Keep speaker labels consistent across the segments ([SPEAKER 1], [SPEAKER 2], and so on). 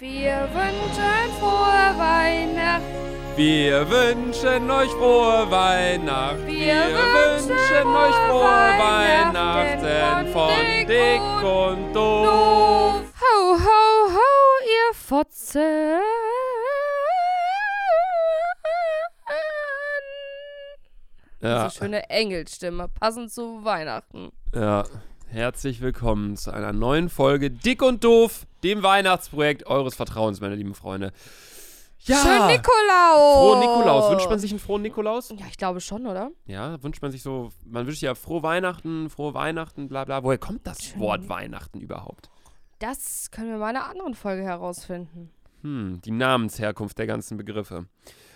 [SPEAKER 1] Wir wünschen frohe Weihnachten.
[SPEAKER 2] Wir wünschen euch frohe Weihnachten.
[SPEAKER 1] Wir wünschen
[SPEAKER 2] euch frohe
[SPEAKER 1] Weihnachten
[SPEAKER 2] Weihnachten
[SPEAKER 1] von
[SPEAKER 2] von
[SPEAKER 1] Dick
[SPEAKER 2] Dick und Doof.
[SPEAKER 1] Ho, ho, ho, ihr Fotze.
[SPEAKER 2] Ja,
[SPEAKER 1] So schöne Engelstimme, passend zu Weihnachten.
[SPEAKER 2] ja. Herzlich willkommen zu einer neuen Folge Dick und Doof, dem Weihnachtsprojekt eures Vertrauens, meine lieben Freunde. Ja!
[SPEAKER 1] Schön Nikolaus.
[SPEAKER 2] Frohen Nikolaus. Wünscht man sich einen frohen Nikolaus?
[SPEAKER 1] Ja, ich glaube schon, oder?
[SPEAKER 2] Ja, wünscht man sich so, man wünscht ja frohe Weihnachten, frohe Weihnachten, bla bla. Woher kommt das Wort Weihnachten überhaupt?
[SPEAKER 1] Das können wir mal in einer anderen Folge herausfinden.
[SPEAKER 2] Hm, die Namensherkunft der ganzen Begriffe.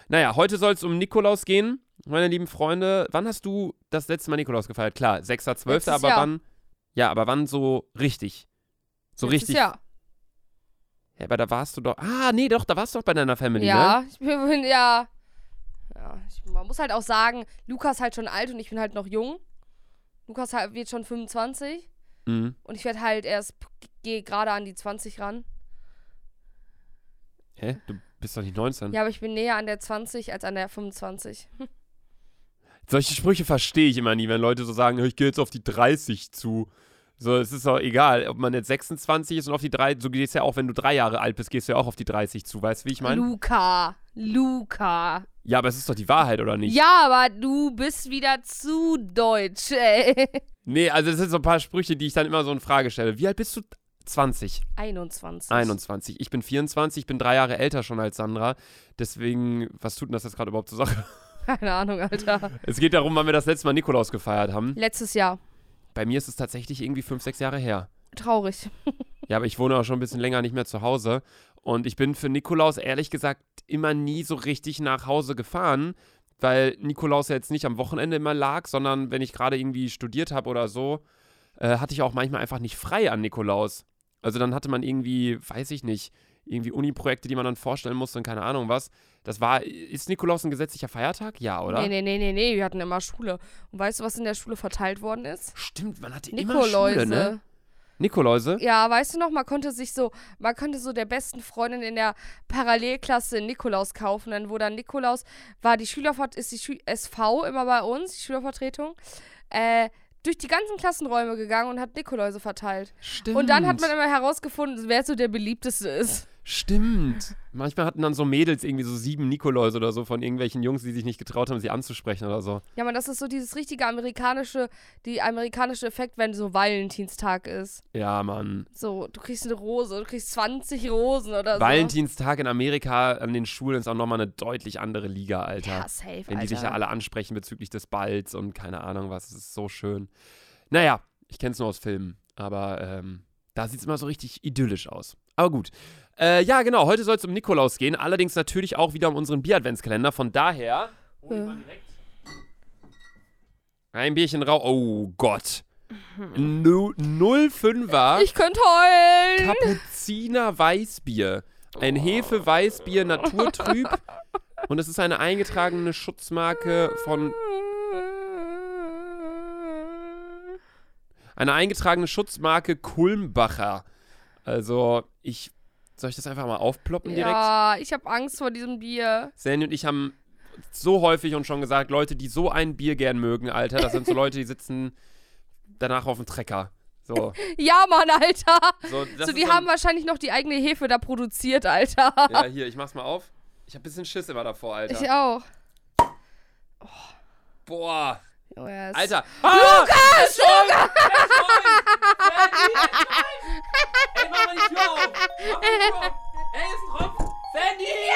[SPEAKER 2] Naja, heute soll es um Nikolaus gehen, meine lieben Freunde. Wann hast du das letzte Mal Nikolaus gefeiert? Klar, 6.12.,
[SPEAKER 1] Letztes
[SPEAKER 2] aber
[SPEAKER 1] Jahr.
[SPEAKER 2] wann? Ja, aber wann so richtig? So
[SPEAKER 1] Letztes
[SPEAKER 2] richtig.
[SPEAKER 1] Jahr.
[SPEAKER 2] Ja, aber da warst du doch. Ah, nee, doch, da warst du doch bei deiner Family, ne?
[SPEAKER 1] Ja, ich bin, ja. ja ich, man muss halt auch sagen, Lukas halt schon alt und ich bin halt noch jung. Lukas halt, wird schon 25
[SPEAKER 2] Mhm.
[SPEAKER 1] und ich werde halt erst, gehe gerade an die 20 ran.
[SPEAKER 2] Hä? Du bist doch nicht 19.
[SPEAKER 1] Ja, aber ich bin näher an der 20 als an der 25.
[SPEAKER 2] Solche Sprüche verstehe ich immer nie, wenn Leute so sagen, ich gehe jetzt auf die 30 zu. So, es ist doch egal, ob man jetzt 26 ist und auf die 3, so gehst ja auch, wenn du drei Jahre alt bist, gehst du ja auch auf die 30 zu, weißt du, wie ich meine?
[SPEAKER 1] Luca, Luca.
[SPEAKER 2] Ja, aber es ist doch die Wahrheit, oder nicht?
[SPEAKER 1] Ja, aber du bist wieder zu deutsch, ey.
[SPEAKER 2] Nee, also das sind so ein paar Sprüche, die ich dann immer so in Frage stelle. Wie alt bist du? 20,
[SPEAKER 1] 21.
[SPEAKER 2] 21. Ich bin 24, bin drei Jahre älter schon als Sandra. Deswegen, was tut denn das jetzt gerade überhaupt zur Sache?
[SPEAKER 1] Keine Ahnung, Alter.
[SPEAKER 2] Es geht darum, wann wir das letzte Mal Nikolaus gefeiert haben.
[SPEAKER 1] Letztes Jahr.
[SPEAKER 2] Bei mir ist es tatsächlich irgendwie fünf, sechs Jahre her.
[SPEAKER 1] Traurig.
[SPEAKER 2] Ja, aber ich wohne auch schon ein bisschen länger nicht mehr zu Hause. Und ich bin für Nikolaus ehrlich gesagt immer nie so richtig nach Hause gefahren, weil Nikolaus ja jetzt nicht am Wochenende immer lag, sondern wenn ich gerade irgendwie studiert habe oder so, äh, hatte ich auch manchmal einfach nicht frei an Nikolaus. Also dann hatte man irgendwie, weiß ich nicht, irgendwie Uni-Projekte, die man dann vorstellen musste und keine Ahnung was. Das war, ist Nikolaus ein gesetzlicher Feiertag? Ja, oder?
[SPEAKER 1] Nee, nee, nee, nee, nee, wir hatten immer Schule. Und weißt du, was in der Schule verteilt worden ist?
[SPEAKER 2] Stimmt, man hatte immer
[SPEAKER 1] Nikoläuse.
[SPEAKER 2] Schule, ne? Nikoläuse?
[SPEAKER 1] Ja, weißt du noch, man konnte sich so, man konnte so der besten Freundin in der Parallelklasse einen Nikolaus kaufen. Dann wurde dann Nikolaus, war die Schülervert ist die Schü SV immer bei uns, die Schülervertretung, äh, durch die ganzen Klassenräume gegangen und hat Nikoläuse verteilt.
[SPEAKER 2] Stimmt.
[SPEAKER 1] Und dann hat man immer herausgefunden, wer so der beliebteste ist.
[SPEAKER 2] Stimmt. Manchmal hatten dann so Mädels irgendwie so sieben Nikoläuse oder so von irgendwelchen Jungs, die sich nicht getraut haben, sie anzusprechen oder so.
[SPEAKER 1] Ja, man, das ist so dieses richtige amerikanische, die amerikanische Effekt, wenn so Valentinstag ist.
[SPEAKER 2] Ja, Mann.
[SPEAKER 1] So, du kriegst eine Rose, du kriegst 20 Rosen oder so.
[SPEAKER 2] Valentinstag in Amerika an den Schulen ist auch nochmal eine deutlich andere Liga, Alter.
[SPEAKER 1] Ja, safe,
[SPEAKER 2] Wenn
[SPEAKER 1] Alter.
[SPEAKER 2] die dich ja alle ansprechen bezüglich des Balls und keine Ahnung was, es ist so schön. Naja, ich kenn's nur aus Filmen, aber ähm, da sieht's immer so richtig idyllisch aus. Aber gut. Äh, ja, genau, heute soll's um Nikolaus gehen, allerdings natürlich auch wieder um unseren Bier-Adventskalender, von daher...
[SPEAKER 1] Oh,
[SPEAKER 2] Hol ich mal direkt. Ein Bierchen rau... Oh Gott. Nu- 05er...
[SPEAKER 1] Ich könnte heulen.
[SPEAKER 2] Kapuziner Weißbier. Ein Hefe-Weißbier naturtrüb. Und es ist eine eingetragene Schutzmarke von. Eine eingetragene Schutzmarke Kulmbacher. Also, ich. Soll ich das einfach mal aufploppen direkt?
[SPEAKER 1] Ja, ich habe Angst vor diesem Bier.
[SPEAKER 2] Sandy und ich haben so häufig und schon gesagt, Leute, die so ein Bier gern mögen, Alter, das sind so Leute, die sitzen danach auf dem Trecker. So.
[SPEAKER 1] Ja, Mann, Alter.
[SPEAKER 2] so, das
[SPEAKER 1] so,
[SPEAKER 2] ist
[SPEAKER 1] die
[SPEAKER 2] dann-
[SPEAKER 1] haben wahrscheinlich noch die eigene Hefe da produziert, Alter.
[SPEAKER 2] Ja, hier, ich mach's mal auf. Ich hab bisschen Schiss immer davor, Alter.
[SPEAKER 1] Ich auch.
[SPEAKER 2] Boah.
[SPEAKER 1] Oh, yes.
[SPEAKER 2] Alter. Lukas! Lukas! Ey, mach mal die Tür auf! Mach mal die Tür auf! Ey, es tropft! Sandy!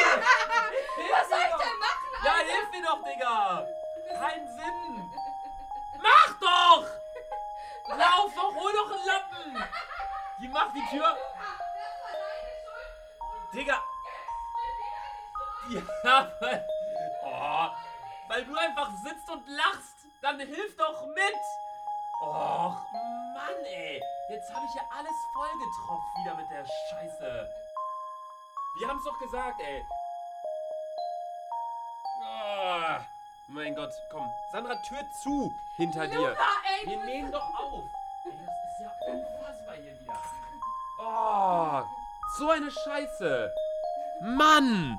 [SPEAKER 2] Was soll ich denn machen, Alter? Ja, hilf mir doch, Digga! Kein Sinn! Mach doch! Lauf doch, hol doch einen Lappen! Die macht die Tür... Digga! Ja, weil... Oh, weil du einfach sitzt und lachst, dann hilf doch mit! Och, Mann, ey! Jetzt habe ich ja alles vollgetropft wieder mit der Scheiße. Wir haben's doch gesagt, ey. Ah, mein Gott, komm. Sandra, Tür zu hinter dir.
[SPEAKER 1] ey,
[SPEAKER 2] Wir nehmen doch auf. Ey, das ist ja unfassbar hier wieder. Oh, So eine Scheiße. Mann!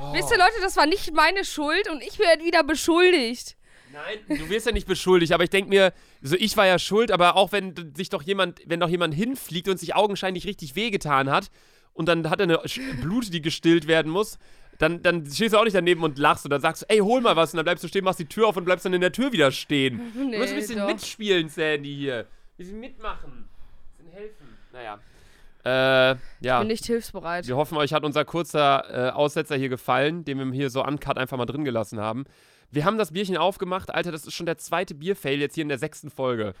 [SPEAKER 2] Oh.
[SPEAKER 1] Wisst ihr, Leute, das war nicht meine Schuld und ich werde wieder beschuldigt.
[SPEAKER 2] Nein, du wirst ja nicht beschuldigt, aber ich denke mir, so ich war ja schuld, aber auch wenn d- sich doch jemand, wenn doch jemand hinfliegt und sich augenscheinlich richtig wehgetan hat und dann hat er eine Sch- Blut, die gestillt werden muss, dann, dann stehst du auch nicht daneben und lachst oder sagst, ey, hol mal was und dann bleibst du stehen, machst die Tür auf und bleibst dann in der Tür wieder stehen.
[SPEAKER 1] Nee,
[SPEAKER 2] du musst ein bisschen
[SPEAKER 1] doch.
[SPEAKER 2] mitspielen, Sandy hier. Ein bisschen mitmachen. Ein bisschen helfen. Naja. Äh, ja.
[SPEAKER 1] Bin nicht hilfsbereit.
[SPEAKER 2] Wir hoffen, euch hat unser kurzer äh, Aussetzer hier gefallen, den wir hier so uncut einfach mal drin gelassen haben. Wir haben das Bierchen aufgemacht. Alter, das ist schon der zweite Bierfail jetzt hier in der sechsten Folge.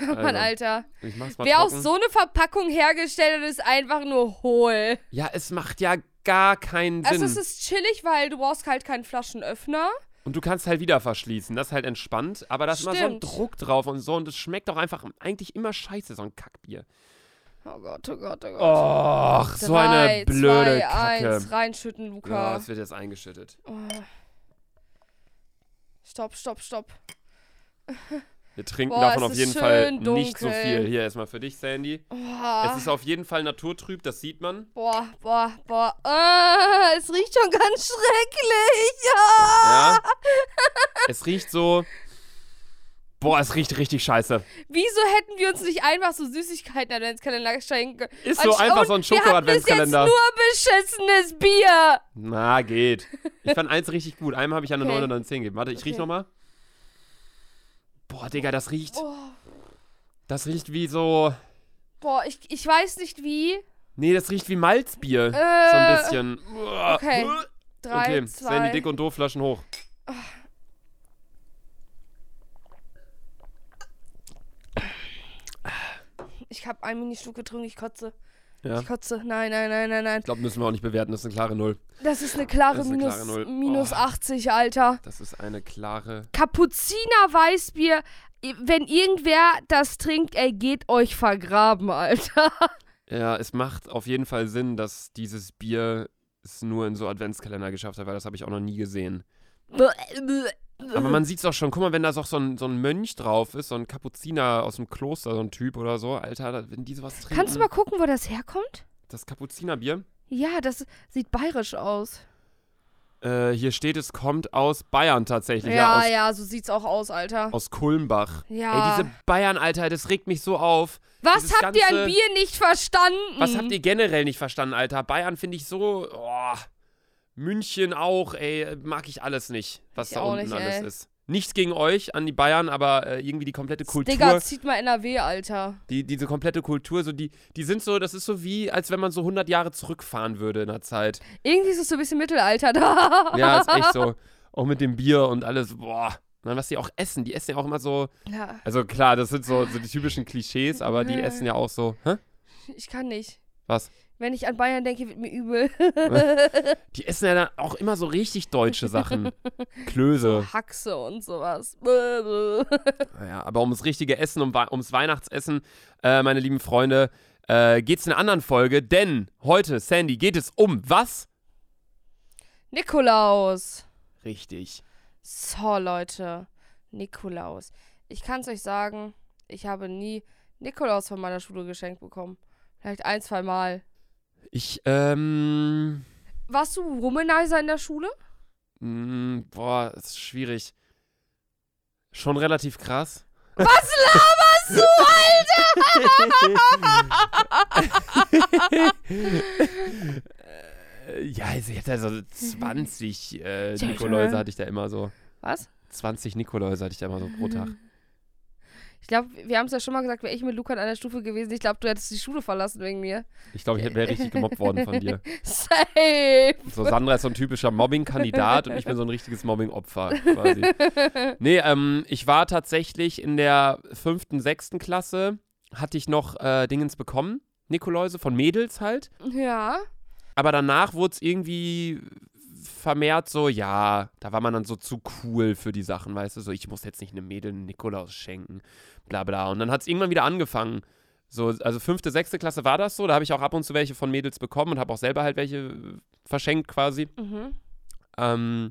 [SPEAKER 1] Mann,
[SPEAKER 2] Also,
[SPEAKER 1] Alter.
[SPEAKER 2] Ich mach's mal
[SPEAKER 1] Wer auch
[SPEAKER 2] trocken.
[SPEAKER 1] so eine Verpackung hergestellt hat, ist einfach nur hohl.
[SPEAKER 2] ja, es macht ja gar keinen Sinn.
[SPEAKER 1] Also es ist chillig, weil du brauchst halt keinen Flaschenöffner.
[SPEAKER 2] und du kannst halt wieder verschließen. Das ist halt entspannt. Aber da ist immer so ein
[SPEAKER 1] Stimmt.
[SPEAKER 2] Druck drauf und so. Und es schmeckt doch einfach eigentlich immer scheiße, so ein Kackbier.
[SPEAKER 1] Oh Gott, oh Gott, oh Gott.
[SPEAKER 2] Och, so
[SPEAKER 1] Drei,
[SPEAKER 2] eine
[SPEAKER 1] zwei,
[SPEAKER 2] blöde Kacke.
[SPEAKER 1] Eins, reinschütten, Luca.
[SPEAKER 2] ja, es wird jetzt eingeschüttet.
[SPEAKER 1] Stopp, stopp, stopp.
[SPEAKER 2] Wir trinken
[SPEAKER 1] Boah,
[SPEAKER 2] davon
[SPEAKER 1] es
[SPEAKER 2] auf
[SPEAKER 1] ist
[SPEAKER 2] jeden
[SPEAKER 1] schön
[SPEAKER 2] Fall nicht so
[SPEAKER 1] dunkel.
[SPEAKER 2] viel. Hier erstmal für dich, Sandy.
[SPEAKER 1] Boah,
[SPEAKER 2] Es ist auf jeden Fall naturtrüb, das sieht man.
[SPEAKER 1] boah, boah, boah. Ah, es riecht schon ganz schrecklich. Ah.
[SPEAKER 2] Ja. es riecht so. Boah, es riecht richtig scheiße.
[SPEAKER 1] Wieso hätten wir uns nicht einfach so Süßigkeiten Adventskalender schenken können?
[SPEAKER 2] Ist so
[SPEAKER 1] Und-
[SPEAKER 2] einfach
[SPEAKER 1] und
[SPEAKER 2] so ein
[SPEAKER 1] Wir
[SPEAKER 2] Schoko-Adventskalender.
[SPEAKER 1] hatten bis jetzt nur beschissenes Bier.
[SPEAKER 2] Na, geht. Ich fand eins richtig gut. Einmal habe ich eine
[SPEAKER 1] Okay.
[SPEAKER 2] 9 und eine 10 gegeben. Warte, ich riech
[SPEAKER 1] Okay.
[SPEAKER 2] nochmal. Boah, Digga, das riecht.
[SPEAKER 1] Oh,
[SPEAKER 2] Das riecht wie so.
[SPEAKER 1] boah, ich, ich weiß nicht wie.
[SPEAKER 2] Nee, das riecht wie Malzbier.
[SPEAKER 1] Äh,
[SPEAKER 2] so ein bisschen.
[SPEAKER 1] okay. Drei,
[SPEAKER 2] okay,
[SPEAKER 1] zwei.
[SPEAKER 2] Sandy, dick und doof, Flaschen hoch.
[SPEAKER 1] Ich habe einen Mini-Schluck getrunken, ich kotze.
[SPEAKER 2] Ja.
[SPEAKER 1] Ich kotze. Nein, nein, nein, nein, nein.
[SPEAKER 2] Ich glaube, müssen wir auch nicht bewerten. Das ist eine klare Null.
[SPEAKER 1] Das ist eine klare,
[SPEAKER 2] Das ist eine
[SPEAKER 1] minus,
[SPEAKER 2] klare Null.
[SPEAKER 1] minus
[SPEAKER 2] Oh.
[SPEAKER 1] 80, Alter.
[SPEAKER 2] Das ist eine klare.
[SPEAKER 1] Kapuziner Weißbier. Wenn irgendwer das trinkt, ey, geht euch vergraben, Alter.
[SPEAKER 2] Ja, es macht auf jeden Fall Sinn, dass dieses Bier es nur in so Adventskalender geschafft hat, weil das habe ich auch noch nie gesehen. Aber
[SPEAKER 1] Mhm.
[SPEAKER 2] man sieht es auch schon, guck mal, wenn da so, so, ein, so ein Mönch drauf ist, so ein Kapuziner aus dem Kloster, so ein Typ oder so, Alter, da- wenn die sowas trinken.
[SPEAKER 1] Kannst du mal gucken, wo das herkommt?
[SPEAKER 2] das Kapuzinerbier.
[SPEAKER 1] Ja, das sieht bayerisch aus.
[SPEAKER 2] Äh, hier steht, es kommt aus Bayern tatsächlich.
[SPEAKER 1] Ja,
[SPEAKER 2] aus,
[SPEAKER 1] ja, so sieht's auch aus, Alter.
[SPEAKER 2] aus Kulmbach.
[SPEAKER 1] Ja.
[SPEAKER 2] Ey, diese Bayern, Alter, das regt mich so auf.
[SPEAKER 1] Was
[SPEAKER 2] dieses
[SPEAKER 1] habt ihr an
[SPEAKER 2] ganze-
[SPEAKER 1] Bier nicht verstanden?
[SPEAKER 2] Was habt ihr generell nicht verstanden, Alter? Bayern finde ich so. Oh, München auch, ey, mag ich alles nicht, was
[SPEAKER 1] Ich
[SPEAKER 2] da
[SPEAKER 1] auch
[SPEAKER 2] unten
[SPEAKER 1] nicht,
[SPEAKER 2] alles
[SPEAKER 1] ey.
[SPEAKER 2] ist. Nichts gegen euch an die Bayern, aber äh, irgendwie die komplette Kultur,
[SPEAKER 1] Digga, zieht mal NRW, Alter.
[SPEAKER 2] die, diese komplette Kultur, so die, die sind so, das ist so wie, als wenn man so 100 Jahre zurückfahren würde in der Zeit.
[SPEAKER 1] Irgendwie ist es so ein bisschen Mittelalter da.
[SPEAKER 2] Ja, ist echt so. Auch mit dem Bier und alles, boah. Und dann, was die auch essen, die essen ja auch immer so,
[SPEAKER 1] Ja,
[SPEAKER 2] also klar, das sind so, so die typischen Klischees, aber die essen ja auch so, hä?
[SPEAKER 1] ich kann nicht.
[SPEAKER 2] Was?
[SPEAKER 1] Wenn ich an Bayern denke, wird mir übel.
[SPEAKER 2] Die essen ja dann auch immer so richtig deutsche Sachen. Klöße.
[SPEAKER 1] Haxe und sowas.
[SPEAKER 2] Naja, aber ums richtige Essen, um, Wei- ums Weihnachtsessen, äh, meine lieben Freunde, äh, geht's in einer anderen Folge, denn heute, Sandy, geht es um was?
[SPEAKER 1] Nikolaus.
[SPEAKER 2] Richtig.
[SPEAKER 1] So, Leute. Nikolaus. Ich kann's euch sagen, ich habe nie Nikolaus von meiner Schule geschenkt bekommen. Vielleicht ein, zwei Mal.
[SPEAKER 2] Ich, ähm,
[SPEAKER 1] Warst du Womanizer in der Schule?
[SPEAKER 2] mh, mm, boah, das ist schwierig. Schon relativ krass. Was laberst du, Alter? ja, also ich hatte so 20 äh,
[SPEAKER 1] Sehr
[SPEAKER 2] Nikoläuse
[SPEAKER 1] schön.
[SPEAKER 2] hatte ich da immer so.
[SPEAKER 1] Was?
[SPEAKER 2] 20 Nikoläuse hatte ich da immer so pro Tag.
[SPEAKER 1] Ich glaube, wir haben es ja schon mal gesagt, wäre ich mit Luca an einer Stufe gewesen, ich glaube, du hättest die Schule verlassen wegen mir.
[SPEAKER 2] Ich glaube, ich wäre richtig gemobbt worden von dir.
[SPEAKER 1] Safe.
[SPEAKER 2] So, Sandra ist so ein typischer Mobbing-Kandidat und ich bin so ein richtiges Mobbing-Opfer quasi. Nee, ähm, ich war tatsächlich in der fünften, sechsten Klasse, hatte ich noch äh, Dingens bekommen, Nikoläuse, von Mädels halt.
[SPEAKER 1] Ja.
[SPEAKER 2] Aber danach wurde es irgendwie vermehrt so, ja, da war man dann so zu cool für die Sachen, weißt du, so ich muss jetzt nicht einem Mädel einen Nikolaus schenken, bla bla. Und dann hat es irgendwann wieder angefangen. So, also fünfte, sechste Klasse war das so, da habe ich auch ab und zu welche von Mädels bekommen und habe auch selber halt welche äh, verschenkt quasi.
[SPEAKER 1] Mhm.
[SPEAKER 2] Ähm,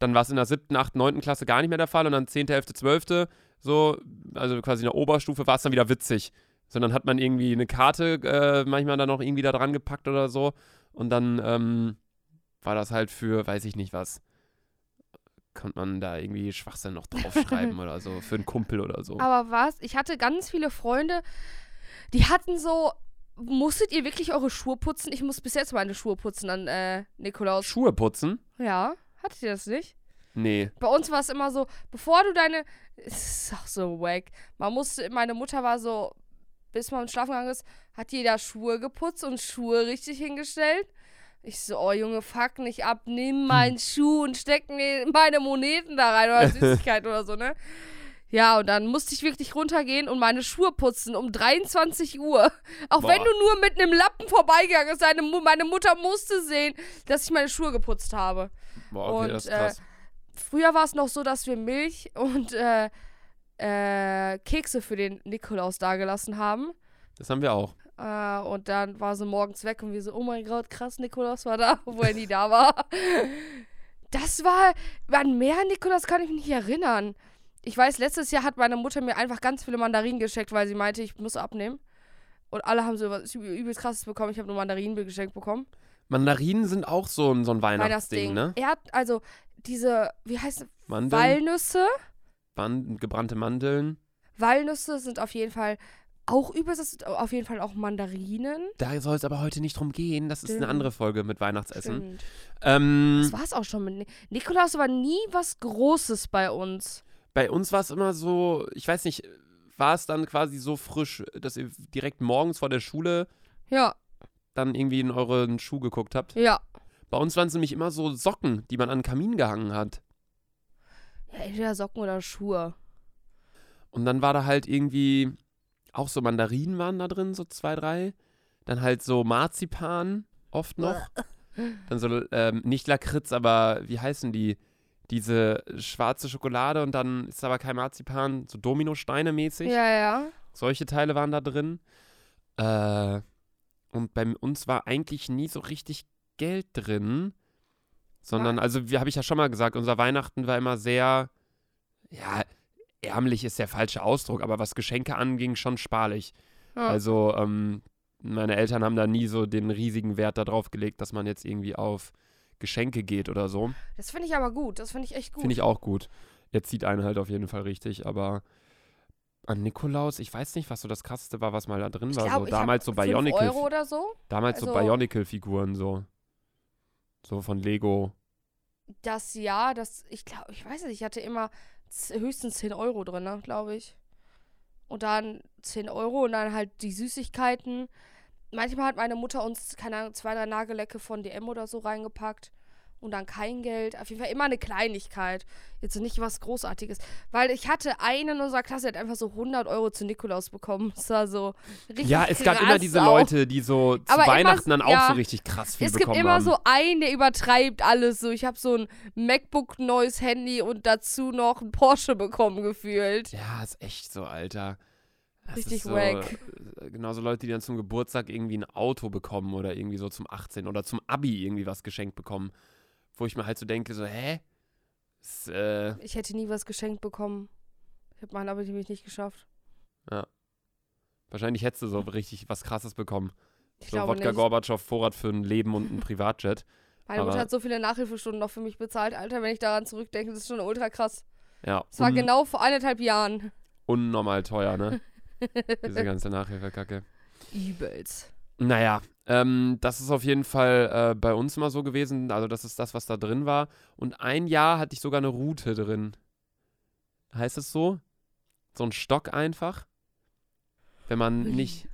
[SPEAKER 2] dann war es in der siebten, achten, neunten Klasse gar nicht mehr der Fall und dann zehnte, elfte, zwölfte, so, also quasi in der Oberstufe war es dann wieder witzig. sondern hat man irgendwie eine Karte äh, manchmal dann noch irgendwie da dran gepackt oder so. Und dann ähm, war das halt für, weiß ich nicht was, konnte man da irgendwie Schwachsinn noch draufschreiben oder so, für einen Kumpel oder so.
[SPEAKER 1] Aber was? Ich hatte ganz viele Freunde, die hatten so. Musstet ihr wirklich eure Schuhe putzen? Ich muss bis jetzt meine Schuhe putzen an äh, Nikolaus.
[SPEAKER 2] Schuhe putzen?
[SPEAKER 1] Ja, hattet ihr das nicht?
[SPEAKER 2] Nee.
[SPEAKER 1] Bei uns war es immer so, bevor du deine. Es ist auch so wack. Man musste, meine Mutter war so, bis man schlafen gegangen ist, hat jeder Schuhe geputzt und Schuhe richtig hingestellt. Ich so, oh Junge, fuck nicht ab, nimm meinen Schuh und steck mir meine Moneten da rein oder Süßigkeit oder so, ne? Ja, und dann musste ich wirklich runtergehen und meine Schuhe putzen um 23 Uhr. Auch
[SPEAKER 2] Boah.
[SPEAKER 1] wenn du nur mit einem Lappen vorbeigegangen bist, deine Mu meine Mutter musste sehen, dass ich meine Schuhe geputzt habe.
[SPEAKER 2] Boah, okay,
[SPEAKER 1] Und,
[SPEAKER 2] das ist krass.
[SPEAKER 1] Früher war es noch so, dass wir Milch und äh, äh, Kekse für den Nikolaus dagelassen haben.
[SPEAKER 2] das haben wir auch.
[SPEAKER 1] Äh, und dann war sie morgens weg und wir so, oh mein Gott, krass, Nikolaus war da, obwohl er nie da war. Das war, an mehr Nikolaus kann ich mich nicht erinnern. Ich weiß, letztes Jahr hat meine Mutter mir einfach ganz viele Mandarinen geschenkt, weil sie meinte, ich muss abnehmen. Und alle haben so was übel- übelst krasses bekommen. Ich habe nur Mandarinen geschenkt bekommen.
[SPEAKER 2] Mandarinen sind auch so ein, so ein Weihnachtsding, ne?
[SPEAKER 1] Er hat also diese, wie heißt
[SPEAKER 2] Mandeln,
[SPEAKER 1] Walnüsse?
[SPEAKER 2] Ban- gebrannte Mandeln.
[SPEAKER 1] Walnüsse sind auf jeden Fall auch übel, das sind auf jeden Fall auch Mandarinen.
[SPEAKER 2] Da soll es aber heute nicht drum gehen. Das ist
[SPEAKER 1] Stimmt.
[SPEAKER 2] eine andere Folge mit Weihnachtsessen.
[SPEAKER 1] Stimmt. Das
[SPEAKER 2] Ähm,
[SPEAKER 1] war es auch schon mit Ni- Nikolaus war nie was Großes bei uns.
[SPEAKER 2] bei uns war es immer so, ich weiß nicht, war es dann quasi so frisch, dass ihr direkt morgens vor der Schule
[SPEAKER 1] Ja,
[SPEAKER 2] dann irgendwie in euren Schuh geguckt habt?
[SPEAKER 1] ja.
[SPEAKER 2] Bei uns waren es nämlich immer so Socken, die man an den Kamin gehangen hat.
[SPEAKER 1] ja entweder Socken oder Schuhe.
[SPEAKER 2] Und dann war da halt irgendwie auch so Mandarinen waren da drin, so zwei, drei. Dann halt so Marzipan oft noch. Dann so, ähm, nicht Lakritz, aber wie heißen die? Diese schwarze Schokolade und dann ist aber kein Marzipan, so Dominosteine mäßig.
[SPEAKER 1] Ja, ja.
[SPEAKER 2] Solche Teile waren da drin. Äh, und bei uns war eigentlich nie so richtig Geld drin, sondern, also wie habe ich ja schon mal gesagt, unser Weihnachten war immer sehr, ja, ärmlich ist der falsche Ausdruck, aber was Geschenke anging, schon sparlich.
[SPEAKER 1] ja.
[SPEAKER 2] Also ähm, meine Eltern haben da nie so den riesigen Wert darauf gelegt, dass man jetzt irgendwie auf Geschenke geht oder so.
[SPEAKER 1] das finde ich aber gut. Das finde ich echt gut.
[SPEAKER 2] Finde ich auch gut. Er zieht einen halt auf jeden Fall richtig, aber an Nikolaus, ich weiß nicht, was so das krasseste war, was mal da drin
[SPEAKER 1] Ich
[SPEAKER 2] war.
[SPEAKER 1] glaub,
[SPEAKER 2] so,
[SPEAKER 1] ich hab
[SPEAKER 2] damals so
[SPEAKER 1] 5
[SPEAKER 2] Bionicle,
[SPEAKER 1] Euro oder so.
[SPEAKER 2] damals so
[SPEAKER 1] also-
[SPEAKER 2] Bionicle-Figuren so. So von Lego.
[SPEAKER 1] Das Jahr, das, ich glaube, ich weiß nicht, ich hatte immer z- höchstens 10 Euro drin, ne, glaube ich. Und dann 10 Euro und dann halt die Süßigkeiten. Manchmal hat meine Mutter uns, keine Ahnung, zwei, drei Nagellecke von DM oder so reingepackt. Und dann kein Geld. Auf jeden Fall immer eine Kleinigkeit. Jetzt nicht was Großartiges. Weil ich hatte einen in unserer Klasse, der hat einfach so 100 Euro zu Nikolaus bekommen. Das war so richtig
[SPEAKER 2] Ja, es gab
[SPEAKER 1] krass
[SPEAKER 2] immer diese
[SPEAKER 1] auch.
[SPEAKER 2] Leute, die so zu
[SPEAKER 1] Aber immer
[SPEAKER 2] Weihnachten
[SPEAKER 1] so-
[SPEAKER 2] dann auch
[SPEAKER 1] ja.
[SPEAKER 2] so richtig krass viel
[SPEAKER 1] Es
[SPEAKER 2] bekommen
[SPEAKER 1] gibt immer
[SPEAKER 2] haben.
[SPEAKER 1] so einen, der übertreibt alles. So, ich habe so ein MacBook neues Handy und dazu noch ein Porsche bekommen gefühlt.
[SPEAKER 2] ja, ist echt so, Alter. Das
[SPEAKER 1] Richtig
[SPEAKER 2] ist so,
[SPEAKER 1] wack.
[SPEAKER 2] äh, Genauso Leute, die dann zum Geburtstag irgendwie ein Auto bekommen oder irgendwie so zum 18 oder zum Abi irgendwie was geschenkt bekommen. Wo ich mir halt so denke, so, hä? Ist, äh,
[SPEAKER 1] Ich hätte nie was geschenkt bekommen. Ich habe mein Abi nämlich nicht geschafft.
[SPEAKER 2] Wahrscheinlich hättest du so richtig was Krasses bekommen.
[SPEAKER 1] Ich
[SPEAKER 2] So
[SPEAKER 1] glaube
[SPEAKER 2] Wodka
[SPEAKER 1] nicht.
[SPEAKER 2] Gorbatschow, Vorrat für ein Leben und ein Privatjet.
[SPEAKER 1] Meine Mutter
[SPEAKER 2] aber-
[SPEAKER 1] hat so viele Nachhilfestunden noch für mich bezahlt. Alter, wenn ich daran zurückdenke, das ist schon ultra krass.
[SPEAKER 2] Ja,
[SPEAKER 1] Das war genau vor eineinhalb Jahren.
[SPEAKER 2] unnormal teuer, ne? Diese ganze Nachhilfekacke.
[SPEAKER 1] Übelst.
[SPEAKER 2] Naja, ähm, das ist auf jeden Fall äh, bei uns immer so gewesen. Also das ist das, was da drin war. Und ein Jahr hatte ich sogar eine Route drin. Heißt es so? So ein Stock einfach? Wenn man
[SPEAKER 1] Ui.
[SPEAKER 2] nicht...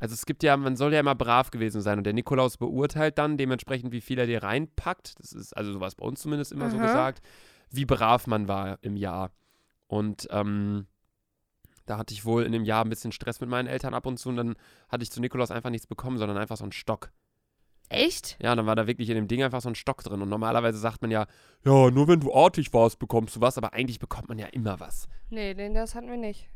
[SPEAKER 2] Also es gibt ja, man soll ja immer brav gewesen sein und der Nikolaus beurteilt dann dementsprechend, wie viel er dir reinpackt. Das ist also sowas bei uns zumindest immer so
[SPEAKER 1] Aha.
[SPEAKER 2] gesagt, wie brav man war im Jahr. Und ähm, da hatte ich wohl in dem Jahr ein bisschen Stress mit meinen Eltern ab und zu und dann hatte ich zu Nikolaus einfach nichts bekommen, sondern einfach so einen Stock.
[SPEAKER 1] Echt?
[SPEAKER 2] Ja, dann war da wirklich in dem Ding einfach so ein Stock drin. Und normalerweise sagt man ja, ja, nur wenn du artig warst, bekommst du was, aber eigentlich bekommt man ja immer was.
[SPEAKER 1] Nee, den das hatten wir nicht.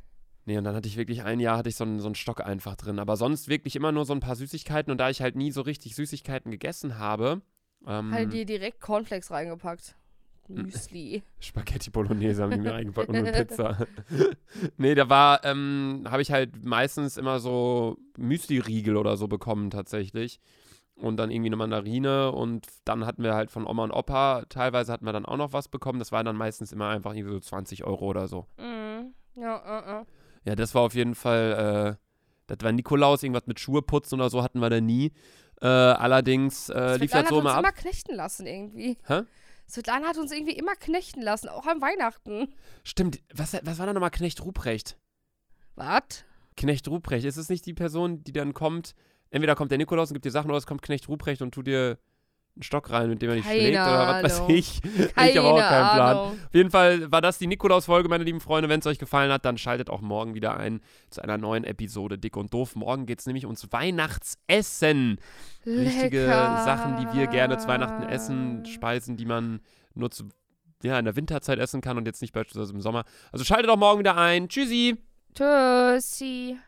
[SPEAKER 2] Nee, und dann hatte ich wirklich ein Jahr, hatte ich so einen, so einen Stock einfach drin. Aber sonst wirklich immer nur so ein paar Süßigkeiten. Und da ich halt nie so richtig Süßigkeiten gegessen habe, ähm,
[SPEAKER 1] Hatte dir direkt Cornflakes reingepackt. Müsli.
[SPEAKER 2] Spaghetti Bolognese haben die mir eingepackt und eine Pizza. nee, da war, ähm, habe ich halt meistens immer so Müsli-Riegel oder so bekommen tatsächlich. Und dann irgendwie eine Mandarine und dann hatten wir halt von Oma und Opa, teilweise hatten wir dann auch noch was bekommen. Das waren dann meistens immer einfach irgendwie so 20 Euro oder so.
[SPEAKER 1] Mhm. Ja, äh, äh.
[SPEAKER 2] Ja, das war auf jeden Fall, äh, das war Nikolaus, irgendwas mit Schuhe putzen oder so hatten wir da nie. Äh, allerdings äh,
[SPEAKER 1] Svetlana
[SPEAKER 2] lief das so
[SPEAKER 1] hat uns
[SPEAKER 2] immer ab.
[SPEAKER 1] immer knechten lassen irgendwie.
[SPEAKER 2] Hä?
[SPEAKER 1] Svetlana hat uns irgendwie immer knechten lassen, auch an Weihnachten.
[SPEAKER 2] Stimmt, was, was war da nochmal Knecht Ruprecht?
[SPEAKER 1] Was?
[SPEAKER 2] Knecht Ruprecht, ist es nicht die Person, die dann kommt, entweder kommt der Nikolaus und gibt dir Sachen oder es kommt Knecht Ruprecht und tut dir einen Stock rein, mit dem er dich
[SPEAKER 1] Keine
[SPEAKER 2] schlägt oder was weiß
[SPEAKER 1] Ahnung.
[SPEAKER 2] ich. ich habe auch keinen Plan.
[SPEAKER 1] Ahnung.
[SPEAKER 2] Auf jeden Fall war das die Nikolaus-Folge, meine lieben Freunde. Wenn es euch gefallen hat, dann schaltet auch morgen wieder ein zu einer neuen Episode Dick und Doof. Morgen geht es nämlich ums Weihnachtsessen. Richtige
[SPEAKER 1] Lecker.
[SPEAKER 2] Sachen, die wir gerne zu Weihnachten essen, Speisen, die man nur zu, ja, in der Winterzeit essen kann und jetzt nicht beispielsweise im Sommer. Also schaltet auch morgen wieder ein. Tschüssi!
[SPEAKER 1] Tschüssi.